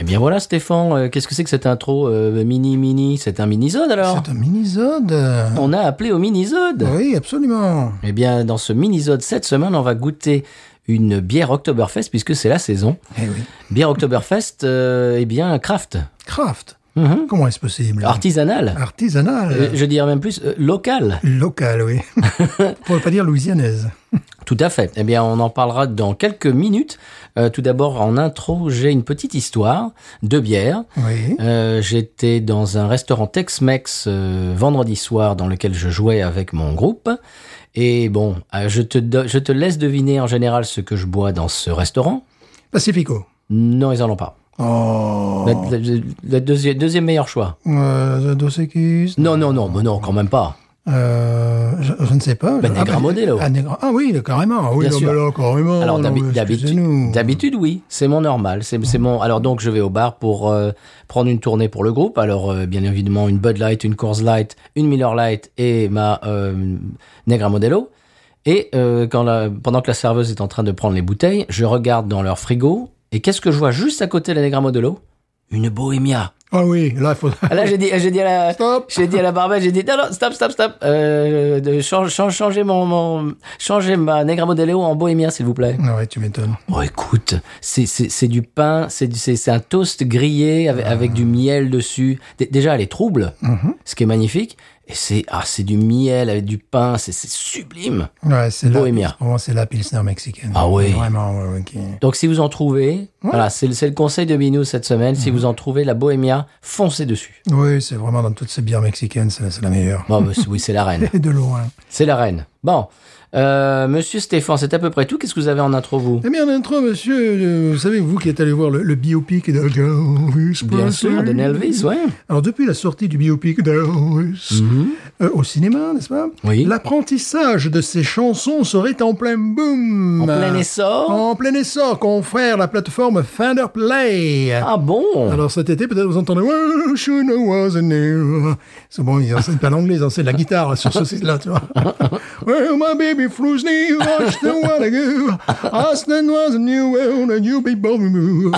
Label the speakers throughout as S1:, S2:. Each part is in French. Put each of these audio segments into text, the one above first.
S1: Eh bien voilà, Stéphane, euh, qu'est-ce que c'est que cette intro euh, mini-mini C'est un mini-zode alors
S2: C'est un minisode. euh,
S1: On a appelé au mini-zode
S2: Oui, absolument.
S1: Eh bien, dans ce mini-zode, cette semaine, on va goûter une bière Oktoberfest puisque c'est la saison.
S2: Eh oui.
S1: Bière Oktoberfest, euh, eh bien, craft,
S2: Craft.
S1: Mhm.
S2: Comment est-ce possible
S1: artisanale,
S2: Artisanal.
S1: Euh, je dirais même plus euh, locale.
S2: Local, oui. Pour ne pas dire louisianaise.
S1: Tout à fait. Eh bien, on en parlera dans quelques minutes. Euh, tout d'abord, en intro, j'ai une petite histoire de bière.
S2: Oui.
S1: Euh, J'étais dans un restaurant Tex-Mex euh, vendredi soir dans lequel je jouais avec mon groupe. Et bon, euh, je, te do- je te laisse deviner en général ce que je bois dans ce restaurant.
S2: Pacifico.
S1: Non, ils en ont pas.
S2: Oh.
S1: Le deuxième, deuxième meilleur choix.
S2: Euh, Dos Equis.
S1: Non, non, non, mais non, quand même pas.
S2: Euh, je, je ne sais pas.
S1: Ben,
S2: Ah,
S1: Negra
S2: bah,
S1: Modelo.
S2: Ah, Negra- ah oui, le- carrément. Oui,
S1: Bien
S2: non,
S1: sûr.
S2: mais là, carrément.
S1: Alors
S2: non,
S1: d'habi-
S2: mais
S1: d'habitude,
S2: excusez-nous.
S1: d'habitude, oui, c'est mon normal, c'est c'est mon. Alors donc je vais au bar pour euh, prendre une tournée pour le groupe. Alors euh, bien évidemment une Bud Light, une Coors Light, une Miller Light et ma euh, Negra Modelo. Et euh, quand la- pendant que la serveuse est en train de prendre les bouteilles, je regarde dans leur frigo et qu'est-ce que je vois juste à côté de la Negra Modelo Une Bohemia.
S2: Ah oui, là, il faut.
S1: Ah, Là j'ai dit, j'ai dit à la,
S2: Stop.
S1: j'ai dit à la barbette, j'ai dit non non stop stop stop, euh, de- change- change- changez mon, mon- changez ma Negra Modelo en Bohemia s'il vous plaît.
S2: Ah ouais, tu m'étonnes.
S1: Oh, écoute, c'est- c'est c'est du pain, c'est du- c'est c'est un toast grillé avec, avec du miel dessus. Dé- déjà, elle est trouble,
S2: Mhm.
S1: ce qui est magnifique. Et c'est ah, c'est du miel avec du pain, c'est c'est sublime.
S2: Ouais, c'est la,
S1: Bohémia.
S2: vraiment, c'est la Pilsner mexicaine.
S1: Ah oui.
S2: Vraiment, ouais, ouais, qui-
S1: Donc, si vous en trouvez, voilà, c'est le c'est le conseil de Minou cette semaine. Si vous en trouvez la Bohemia, foncez dessus.
S2: Oui, c'est vraiment dans toutes ces bières mexicaines, c'est c'est la meilleure.
S1: Bon, bah, c'est- oui, c'est la reine.
S2: Et de loin.
S1: C'est la reine. Bon, euh, Monsieur Stéphane, c'est à peu près tout. Qu'est-ce que vous avez en intro vous
S2: Eh bien, en intro, monsieur, euh, vous savez, vous qui êtes allé voir le, le biopic d'Elvis
S1: Bien sûr, de Nelvis, ouais.
S2: Alors, depuis la sortie du biopic d'Elvis euh, au cinéma, n'est-ce pas
S1: Mhm. Oui.
S2: L'apprentissage de ces chansons serait en plein boom.
S1: En plein essor.
S2: En plein essor, confère la plateforme Fender Play.
S1: Ah bon
S2: Alors cet été, peut-être vous entendez Wish You know was a new. C'est bon, ils enseignent pas l'anglais, ils enseignent la guitare là, sur ce site-là, tu vois. Well, my baby flew new, watch the one ago. Austin was a new world and you be born new.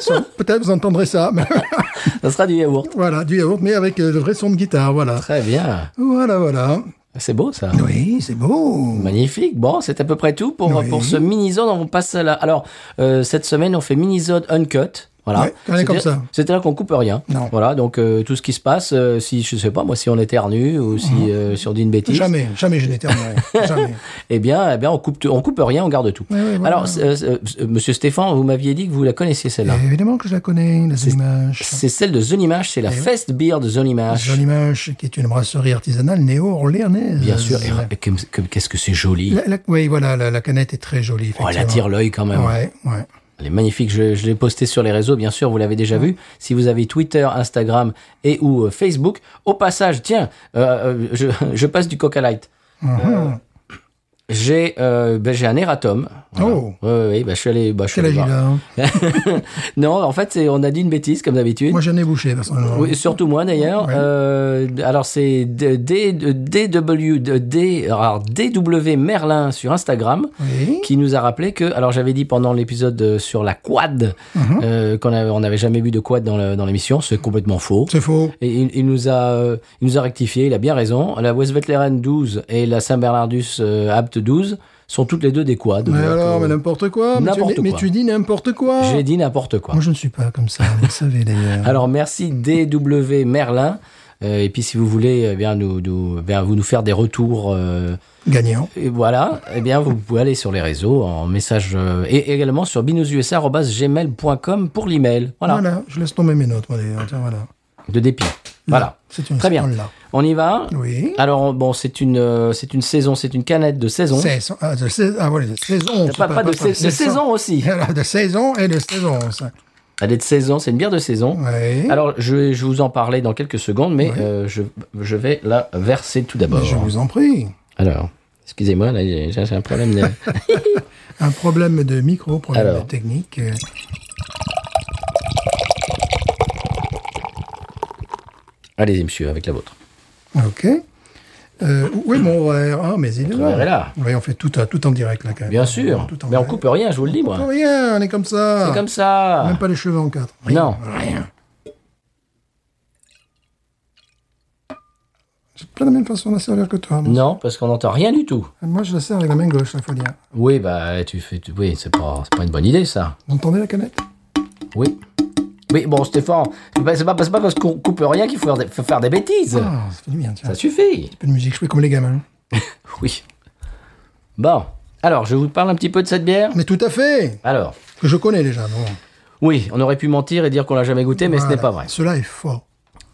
S2: So, Peut-être vous entendrez ça. mais
S1: Ça sera du yaourt.
S2: voilà, du yaourt, mais avec euh, le vrai son de guitare, voilà.
S1: Très bien.
S2: Voilà, voilà.
S1: C'est beau ça.
S2: Oui, c'est beau.
S1: Magnifique. Bon, c'est à peu près tout pour,
S2: Oui.
S1: pour ce mini-zone. On passe à la... Alors, euh, cette semaine, on fait mini-zone uncut. Voilà.
S2: Ouais, on est comme ça.
S1: C'est-à-dire qu'on coupe rien.
S2: Non.
S1: Voilà, donc euh, tout ce qui se passe, euh, si, je sais pas, moi, si on éternue ou si, euh, si on dit une bêtise,
S2: Jamais, jamais je n'éternuerai. jamais.
S1: eh bien, eh bien on, coupe, tout- on coupe rien, on garde tout.
S2: Ouais, ouais, voilà.
S1: Alors, c'est- euh, c'est- euh, monsieur Stéphane, vous m'aviez dit que vous la connaissiez celle-là.
S2: Et évidemment que je la connais, la image.
S1: C'est celle de Zone Image,
S2: Eh
S1: c'est la Fest Beer de Zone Image.
S2: Johnny Mash, qui est une brasserie artisanale néo-orléanaise.
S1: Bien sûr. Et re- comme- comme- Qu'est-ce que c'est joli.
S2: La- la- oui, voilà, la, la canette est très jolie.
S1: Oh, elle
S2: effectivement.
S1: attire l'œil quand même.
S2: Ouais, ouais.
S1: Elle est magnifique, je, je l'ai postée sur les réseaux, bien sûr, vous l'avez déjà vu. Si vous avez Twitter, Instagram et ou euh, Facebook, au passage, tiens, euh, euh, je, je passe du coca light.
S2: Mm-hmm.
S1: Euh, j'ai euh, ben, j'ai un erratum.
S2: Oh.
S1: Oui, oui, ben, je suis allé. ben, je suis
S2: Quel
S1: allé
S2: âge il
S1: voir.
S2: a hein
S1: Non, en fait, c'est- on a dit une bêtise, comme d'habitude.
S2: Moi, j'en ai bouché, personnellement.
S1: Oui, surtout moi d'ailleurs.
S2: Ouais.
S1: Euh, alors c'est D- D- DW D- D- alors, DW Merlin sur Instagram
S2: Oui.
S1: qui nous a rappelé que, alors j'avais dit pendant l'épisode euh, sur la quad,
S2: Mhm.
S1: euh, qu'on avait- on n'avait jamais vu de quad dans le- dans l'émission, c'est complètement faux.
S2: C'est faux.
S1: Et il, il nous a, euh, il nous a rectifié, il a bien raison. La Westvetleren 12 et la Saint-Bernardus euh, Apt 12 sont toutes les deux des quads.
S2: Mais
S1: Donc,
S2: alors,
S1: euh,
S2: mais n'importe quoi. Mais tu-
S1: n'importe
S2: mais- Mais
S1: quoi.
S2: tu dis n'importe quoi.
S1: J'ai dit n'importe quoi. Ah.
S2: Moi, je ne suis pas comme ça, vous le savez d'ailleurs.
S1: Alors merci DW Merlin. Euh, et puis si vous voulez eh bien nous, nous- eh bien, vous nous faire des retours, euh,
S2: Gagnant.
S1: et voilà, eh bien vous pouvez aller sur les réseaux en message euh, et également sur binoususa@gmail.com pour l'email. Voilà,
S2: Voilà, je laisse tomber mes notes, moi d'ailleurs. Tiens, voilà.
S1: de dépit. Voilà,
S2: C'est une
S1: Très bien.
S2: seconde, là.
S1: on y va.
S2: Oui.
S1: Alors on- bon, c'est une euh, c'est une saison, c'est une canette de saison.
S2: Saison. Ah, de sais- ah, voilà, de saison.
S1: Pas,
S2: c'est
S1: pas de, sais- de saison aussi.
S2: Voilà, de saison et de saison. ça.
S1: Elle est de saison, c'est une bière de saison.
S2: Oui.
S1: Alors je, je vous en parlais dans quelques secondes, mais euh, je, je vais la verser tout d'abord.
S2: Je vous en prie.
S1: Alors, excusez-moi, là, j'ai j'ai un problème. De...
S2: Un problème de micro, problème
S1: Alors.
S2: de technique. euh,
S1: Allez-y, monsieur, avec la vôtre.
S2: Ok. Euh, où est mon verre Ah, mais il est
S1: Ton verre est là.
S2: Oui, on fait tout, euh, tout en direct, là, quand même.
S1: Bien sûr.
S2: Tout en
S1: Mais on
S2: direct.
S1: coupe rien, je vous le dis,
S2: Pour
S1: moi.
S2: rien, on est comme ça.
S1: C'est comme ça.
S2: Même pas les cheveux en quatre. Rien,
S1: Non.
S2: Rien. J'ai pas la même façon de la servir que toi. Moi,
S1: Non, parce qu'on n'entend rien du tout.
S2: Moi, je la sers avec la main gauche, la folie.
S1: Oui, bah, tu fais. tu- Oui, c'est pas, c'est pas une bonne idée, ça.
S2: Vous entendez la canette
S1: Oui. Oui, bon, Stéphane, c'est pas, c'est pas, c'est pas parce qu'on coupe rien qu'il faut faire des, faut faire des bêtises.
S2: Ah, ça fait du bien, tiens.
S1: Ça suffit.
S2: Un peu de musique, je fais comme les gamins.
S1: Oui. Bon. Alors, je vous parle un petit peu de cette bière.
S2: Mais tout à fait
S1: Alors,
S2: Que je connais déjà, non
S1: oui, on aurait pu mentir et dire qu'on l'a jamais goûté, mais ce n'est pas vrai.
S2: Cela est fort.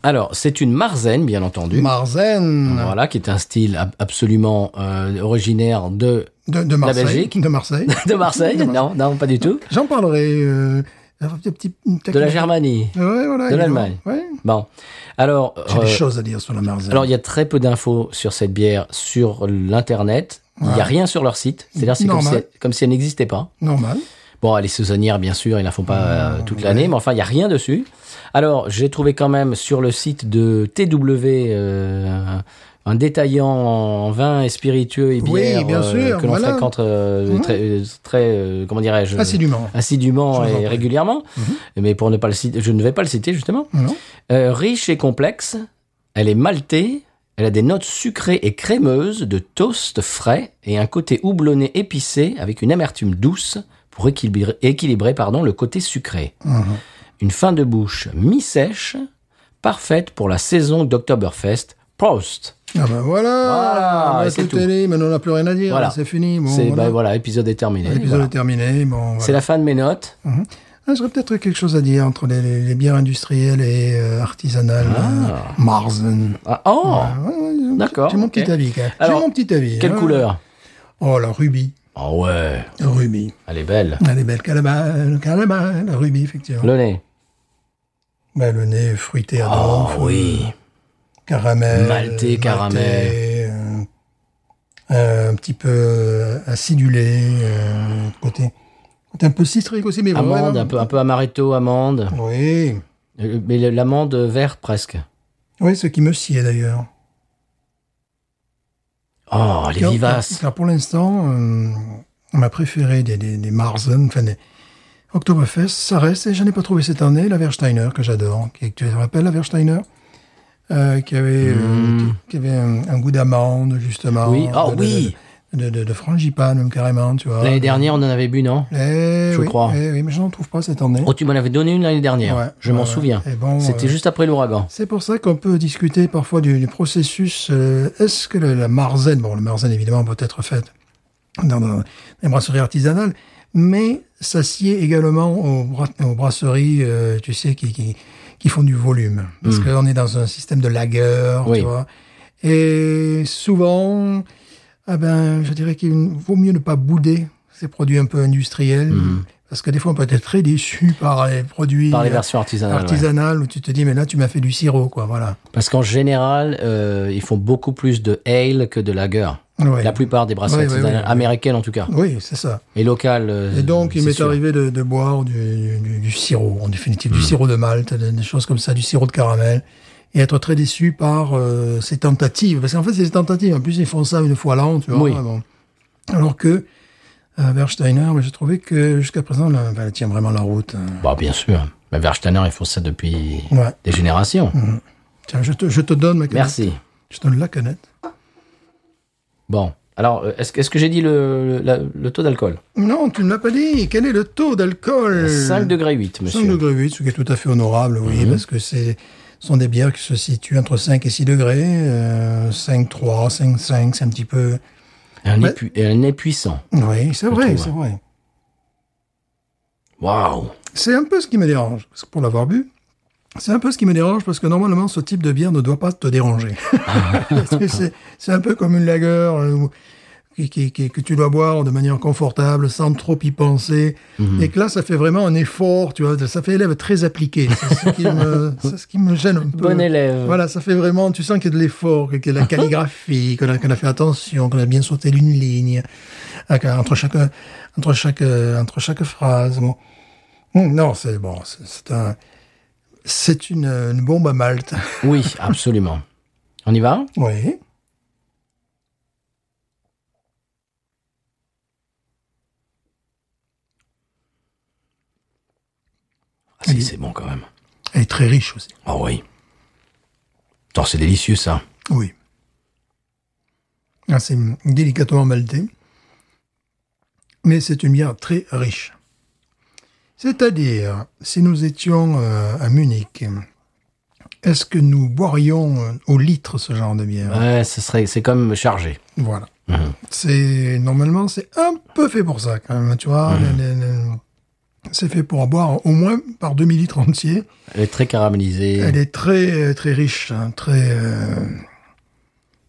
S1: Alors, c'est une Marzen, bien entendu.
S2: Marzen
S1: Voilà, qui est un style ab- absolument euh, originaire de
S2: de, de Marseille.
S1: Belgique.
S2: De Marseille.
S1: de Marseille. non, non, pas du tout.
S2: J'en parlerai. Euh, un petit, une
S1: De la
S2: technique.
S1: Germanie.
S2: Ouais, voilà,
S1: de
S2: il-
S1: l'Allemagne.
S2: Ouais.
S1: Bon. Alors,
S2: J'ai
S1: euh,
S2: des choses à dire sur la Marzen.
S1: alors il y a très peu d'infos sur cette bière sur l'internet. Il n'y a rien sur leur site. C'est-à-dire, c'est comme si,
S2: Normal.
S1: elle- comme si elle n'existait pas.
S2: Normal.
S1: Bon, les saisonnières, bien sûr, ils la font pas euh, toute l'année, mais enfin, il n'y a rien dessus. Alors, j'ai trouvé quand même sur le site de TW euh, un détaillant en vin et spiritueux et
S2: Oui,
S1: bière
S2: bien sûr,
S1: que l'on
S2: voilà. Ah,
S1: fréquente euh, très, euh, très, euh, comment dirais-je,
S2: Assidûment.
S1: assidûment
S2: Je vous en
S1: et
S2: prie.
S1: régulièrement. Mais pour ne pas le citer, je ne vais pas le citer justement.
S2: Mhm. Non.
S1: Euh, riche et complexe, elle est maltée. Elle a des notes sucrées et crémeuses de toast frais et un côté houblonné épicé avec une amertume douce pour équilibrer, équilibrer, pardon, le côté sucré.
S2: Mhm.
S1: Une fin de bouche mi-sèche, parfaite pour la saison d'Oktoberfest. Prost
S2: Ah ben voilà,
S1: Voilà,
S2: on a
S1: et c'est
S2: tout
S1: tout.
S2: télé, maintenant on n'a plus rien à dire,
S1: Voilà.
S2: c'est fini. Bon,
S1: C'est
S2: voilà.
S1: bah, voilà, épisode est terminé.
S2: L'épisode
S1: Voilà.
S2: est terminé. Bon,
S1: C'est
S2: voilà.
S1: la fin de mes notes.
S2: Mhm. Ah, J'aurais peut-être quelque chose à dire entre les, les- les bières industrielles et euh, artisanales.
S1: Ah.
S2: euh, Marzen.
S1: Ah, oh
S2: Ah, ouais, ouais, j'ai-
S1: D'accord,
S2: J'ai mon
S1: ok.
S2: petit avis. quand même. J'ai
S1: Alors,
S2: mon petit avis.
S1: Quelle
S2: hein.
S1: couleur
S2: Oh, la rubis.
S1: Oh ouais,
S2: Rubis.
S1: elle est belle.
S2: Elle est belle, calamale, calamale, la rubis, effectivement.
S1: Le nez.
S2: Bah, le nez fruité à
S1: Oh
S2: donf,
S1: oui.
S2: caramel.
S1: Maltais, caramel.
S2: euh, euh, un petit peu euh, acidulé, euh, côté, côté un peu citrique aussi, mais
S1: Amande,
S2: vraiment-
S1: un peu, un peu amaretto, amande.
S2: Oui,
S1: Euh, Mais le- l'amande vert presque.
S2: oui, ce qui me sied d'ailleurs.
S1: Oh, elle est
S2: Car-
S1: vivace.
S2: Car, car pour l'instant, euh, ma préférée des, des, des Marzen, enfin des Oktoberfest, ça reste, et j'en ai pas trouvé cette année, la Versteiner, que j'adore, qui tu te rappelles, la Versteiner Euh, qui avait, euh,
S1: Hmm.
S2: qui, qui avait un, un goût d'amande, justement.
S1: Oui, ah
S2: de- de-
S1: oui.
S2: De, de, de frangipane, même carrément, tu vois.
S1: L'année dernière, on en avait bu, non
S2: Eh
S1: je
S2: oui,
S1: crois.
S2: eh oui, mais je n'en trouve pas cette année.
S1: Oh, tu m'en avais donné une l'année dernière.
S2: Ouais,
S1: je m'en
S2: ouais,
S1: souviens.
S2: et bon,
S1: C'était
S2: euh,
S1: juste après l'ouragan.
S2: C'est pour ça qu'on peut discuter parfois du, du processus. euh, Est-ce que le- la marzen, bon, la marzen évidemment peut être faite dans, dans les brasseries artisanales, mais ça sied également aux, bra- aux brasseries, euh, tu sais, qui, qui, qui font du volume. Parce qu'on est dans un système de lagueur,
S1: Hmm. Oui.
S2: tu vois. Et souvent, ah ben, je dirais qu'il vaut mieux ne pas bouder ces produits un peu industriels. Parce que des fois, on peut être très déçu par les produits
S1: Hmm. Par les
S2: euh,
S1: versions artisanales. ouais.
S2: artisanal où tu te dis mais là tu m'as fait du sirop quoi voilà
S1: Parce qu'en général, euh, ils font beaucoup plus de ale que de lager.
S2: Ouais.
S1: La plupart des brasseries
S2: Ouais, ouais,
S1: artisanales,
S2: ouais, ouais.
S1: américaines en tout cas.
S2: oui c'est ça
S1: Et locales. euh,
S2: et donc il
S1: c'est
S2: m'est
S1: sûr. Hmm.
S2: arrivé de, de boire du, du- du sirop en définitive du sirop de malte de- des choses comme ça du sirop de caramel et être très déçu par euh, ces tentatives parce qu'en fait c'est des tentatives en plus ils font ça une fois l'an tu vois
S1: Oui.
S2: bon. alors que euh, Bernsteiner mais j'ai trouvé que jusqu'à présent là, ben, elle tient vraiment la route hein.
S1: Bah, bien sûr. Mais Versteiner, ils font ça depuis
S2: ouais Mm.
S1: des générations.
S2: Tiens, je te, je te donne ma canette
S1: Merci.
S2: je te donne la canette
S1: Bon. Alors, euh, est-ce que- est-ce que j'ai dit le, la- le taux d'alcool
S2: non tu ne l'as pas dit quel est le taux d'alcool
S1: 5 degrés 8,
S2: 5
S1: monsieur.
S2: Euh, degrés 8, ce qui est tout à fait honorable, oui, parce que c'est ce sont des bières qui se situent entre 5 et 6 degrés, euh, 5, 3, 5, 5, c'est un petit peu...
S1: Un,
S2: Ouais.
S1: épu- un nez puissant.
S2: Oui, c'est vrai,
S1: trouve,
S2: c'est vrai.
S1: Waouh
S2: C'est un peu ce qui me dérange, parce que pour l'avoir bu, c'est un peu ce qui me dérange, parce que normalement, ce type de bière ne doit pas te déranger. Parce que c'est- c'est un peu comme une lager euh, ou- qui- qui- qui- que tu dois boire de manière confortable, sans trop y penser. Et que là, ça fait vraiment un effort, tu vois, ça fait élève très appliqué. C'est ce qui me, c'est ce qui me gêne un peu.
S1: Bon élève.
S2: Voilà, ça fait vraiment, tu sens qu'il y a de l'effort, qu'il y a de la calligraphie, qu'on a, qu'on a fait attention, qu'on a bien sauté d'une ligne, euh, qu'à- entre chaque, entre chaque, euh, entre chaque phrase. Bon. Hum, Non, c'est bon, c'est- c'est un, c'est une, euh, une bombe à Malte.
S1: Oui, absolument. On y va
S2: Oui.
S1: Ah, Si, c'est bon quand même.
S2: Elle est très riche aussi.
S1: Oh oui. Attends, c'est délicieux ça.
S2: Oui. Ah, c'est délicatement malté. Mais c'est une bière très riche. C'est-à-dire, si nous étions euh, à Munich, est-ce que nous boirions euh, au litre ce genre de bière
S1: Ouais, ce serait, c'est comme chargé.
S2: Voilà. C'est normalement c'est un peu fait pour ça quand même, tu vois. les- les- les- C'est fait pour boire au moins par demi litre entier.
S1: Elle est très caramélisée.
S2: Elle est très euh, très riche, hein, très. euh,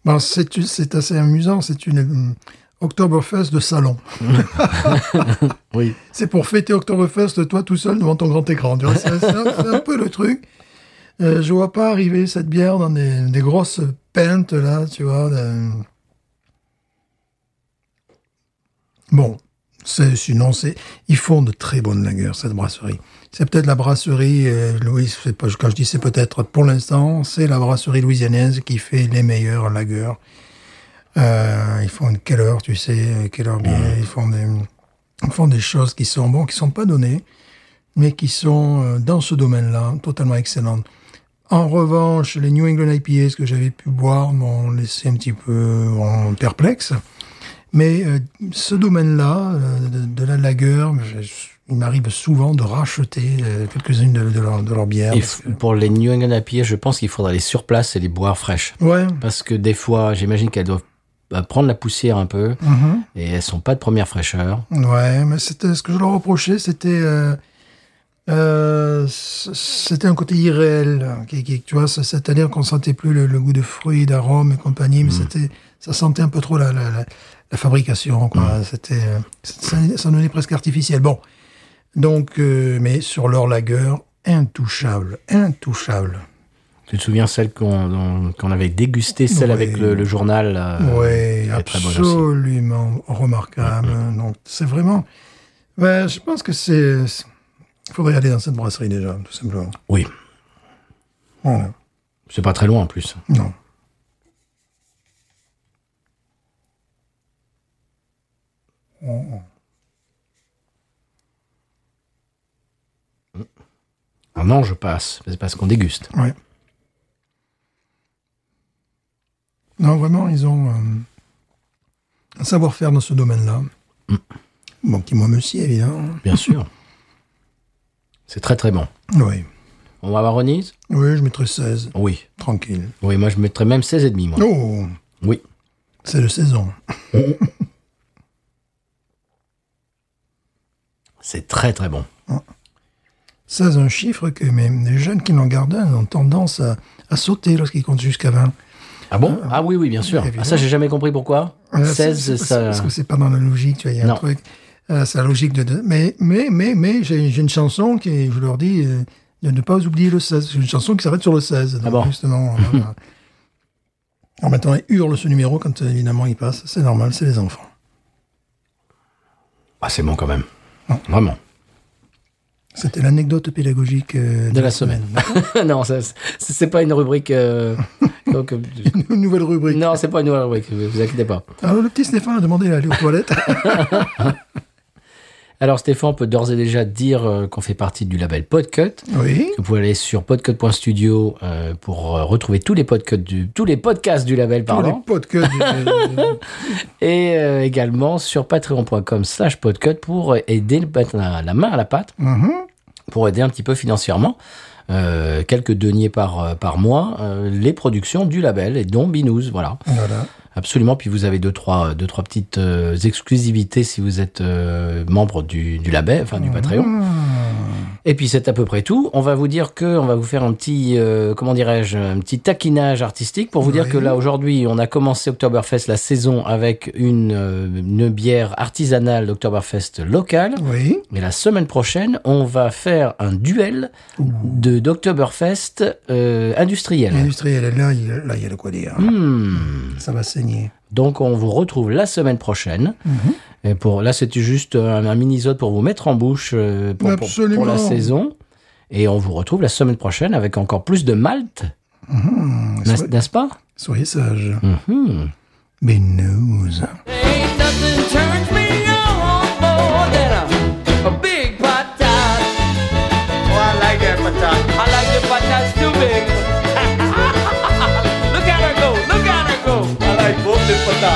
S2: Bon, c'est une- c'est assez amusant. C'est une euh, Oktoberfest de salon.
S1: Oui.
S2: C'est pour fêter Oktoberfest toi tout seul devant ton grand écran. tu vois. C'est c'est un, c'est un peu le truc. Euh, je vois pas arriver cette bière dans des, des grosses pintes là, tu vois. euh. de- Bon, c'est- sinon c'est ils font de très bonnes lagers cette brasserie. C'est peut-être la brasserie euh, Louis. c'est pas- Quand je dis c'est peut-être pour l'instant, c'est la brasserie louisianaise qui fait les meilleures lagers. Euh, ils font une quelle heure, tu sais, euh, quelle heure bien. Ils font des ils font des choses qui sont bon, qui sont pas données, mais qui sont euh, dans ce domaine-là totalement excellentes. En revanche, les New England IPAs que j'avais pu boire m'ont laissé un petit peu en perplexe. Mais euh, ce domaine-là, euh, de, de la lagueur, il m'arrive souvent de racheter euh, quelques-unes de, de leurs de leurs bières.
S1: Et
S2: parce
S1: f- pour les New England IPA, je pense qu'il faudra les sur place et les boire fraîches.
S2: que- Ouais.
S1: Parce que des fois, j'imagine qu'elles doivent bah, prendre la poussière un peu
S2: Mhm.
S1: et elles sont pas de première fraîcheur.
S2: Ouais, mais c'était ce que je leur reprochais, c'était euh, euh, c- c'était un côté irréel, hein, qui, qui- tu vois, ça- c'est-à-dire qu'on sentait plus le, le goût de fruits, d'arômes et compagnie, mais c'était ça sentait un peu trop la, la, la- la fabrication, quoi. C'était euh, ça, ça donnait presque artificiel. Bon, donc euh, mais sur leur lagueur, intouchable, intouchable.
S1: Tu te souviens celle qu'on dont- qu'on avait dégustée, celle
S2: Ouais.
S1: avec le, le journal euh, là,
S2: Oui,
S1: elle est très bonne aussi.
S2: absolument remarquable. Donc, c'est vraiment. Ouais, je pense que c'est. Il faudrait aller dans cette brasserie déjà, tout simplement.
S1: Oui,
S2: Voilà.
S1: c'est pas très loin en plus.
S2: Non.
S1: Un an, je passe. C'est parce qu'on déguste.
S2: Ouais. Non, vraiment, ils ont euh, un savoir-faire dans ce domaine-là.
S1: Mm.
S2: Bon, qui moi me aussi, évidemment.
S1: Bien sûr. C'est très très bon.
S2: Oui.
S1: On va avoir Ronise
S2: Oui, je mettrais 16,
S1: Oui.
S2: tranquille.
S1: Oui, moi je mettrais même 16,5 moi.
S2: Oh,
S1: Oui.
S2: c'est de saison.
S1: C'est très très bon.
S2: 16, c'est un chiffre que mes, les jeunes qui l'ont gardé ont tendance à, à sauter lorsqu'ils comptent jusqu'à 20.
S1: Ah bon Ah oui, oui, bien sûr.
S2: évidemment.
S1: Ah, ça, j'ai jamais compris pourquoi.
S2: Euh, c'est-
S1: 16,
S2: c'est-
S1: ça.
S2: Parce que c'est pas dans la logique, tu vois, il y a
S1: Non.
S2: un truc. euh, c'est la logique de. de- mais mais, mais, mais j'ai j'ai une chanson qui, je leur dis, euh, de ne pas oublier le 16. C'est une chanson qui s'arrête sur le 16. donc
S1: Ah bon
S2: Justement. voilà. Alors maintenant, ils hurlent ce numéro quand euh, évidemment il passe. C'est normal, c'est les enfants.
S1: Ah, c'est bon quand même.
S2: Non.
S1: Vraiment.
S2: C'était l'anecdote pédagogique euh,
S1: De la semaine. non, ça, c'est- c'est pas une rubrique. euh, donc, euh,
S2: Une nouvelle rubrique.
S1: non, c'est pas une nouvelle rubrique. Vous vous inquiétez pas.
S2: Alors le petit Stéphane a demandé d'aller aux toilettes.
S1: Alors, Stéphane peut d'ores et déjà dire euh, qu'on fait partie du label Podcut.
S2: oui.
S1: Vous pouvez aller sur podcut.studio euh, pour euh, retrouver tous les podcuts du, tous les podcasts du label,
S2: Pour les
S1: pardon,
S2: potes que. euh,
S1: et euh, également sur patreon.com/slash podcut pour aider le pat- la, la main à la pâte,
S2: Mhm.
S1: pour aider un petit peu financièrement, euh, quelques deniers par euh, par mois, euh, les productions du label et dont Binous, voilà,
S2: Voilà.
S1: absolument. Puis vous avez deux trois deux trois petites euh, exclusivités si vous êtes euh, membre du, du label, enfin du Patreon.
S2: Ah,
S1: Et puis c'est à peu près tout. On va vous dire que, on va vous faire un petit, euh, comment dirais-je, un petit taquinage artistique pour vous dire
S2: Oui.
S1: que là aujourd'hui, on a commencé Oktoberfest la saison avec une, euh, une bière artisanale d'Oktoberfest locale.
S2: Oui.
S1: Et la semaine prochaine, on va faire un duel de d'Oktoberfest euh, industriel.
S2: L'industriel, là, il là, il y a de quoi dire.
S1: Hmm.
S2: Ça va saigner.
S1: Donc on vous retrouve la semaine prochaine. Et pour là c'était juste un, un mini-zode pour vous mettre en bouche euh, pour, pour- pour
S2: Absolument.
S1: la saison. Et on vous retrouve la semaine prochaine avec encore plus de Malte, n'est-ce
S2: Soyez,
S1: n'est-ce pas
S2: soyez sage.
S1: Mhm.
S2: Big news.
S3: Ain't nothing turns me on more than a, a big pot tart. Oh, I like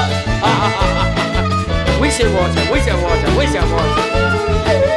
S3: should watch it. We should watch it. We should watch it.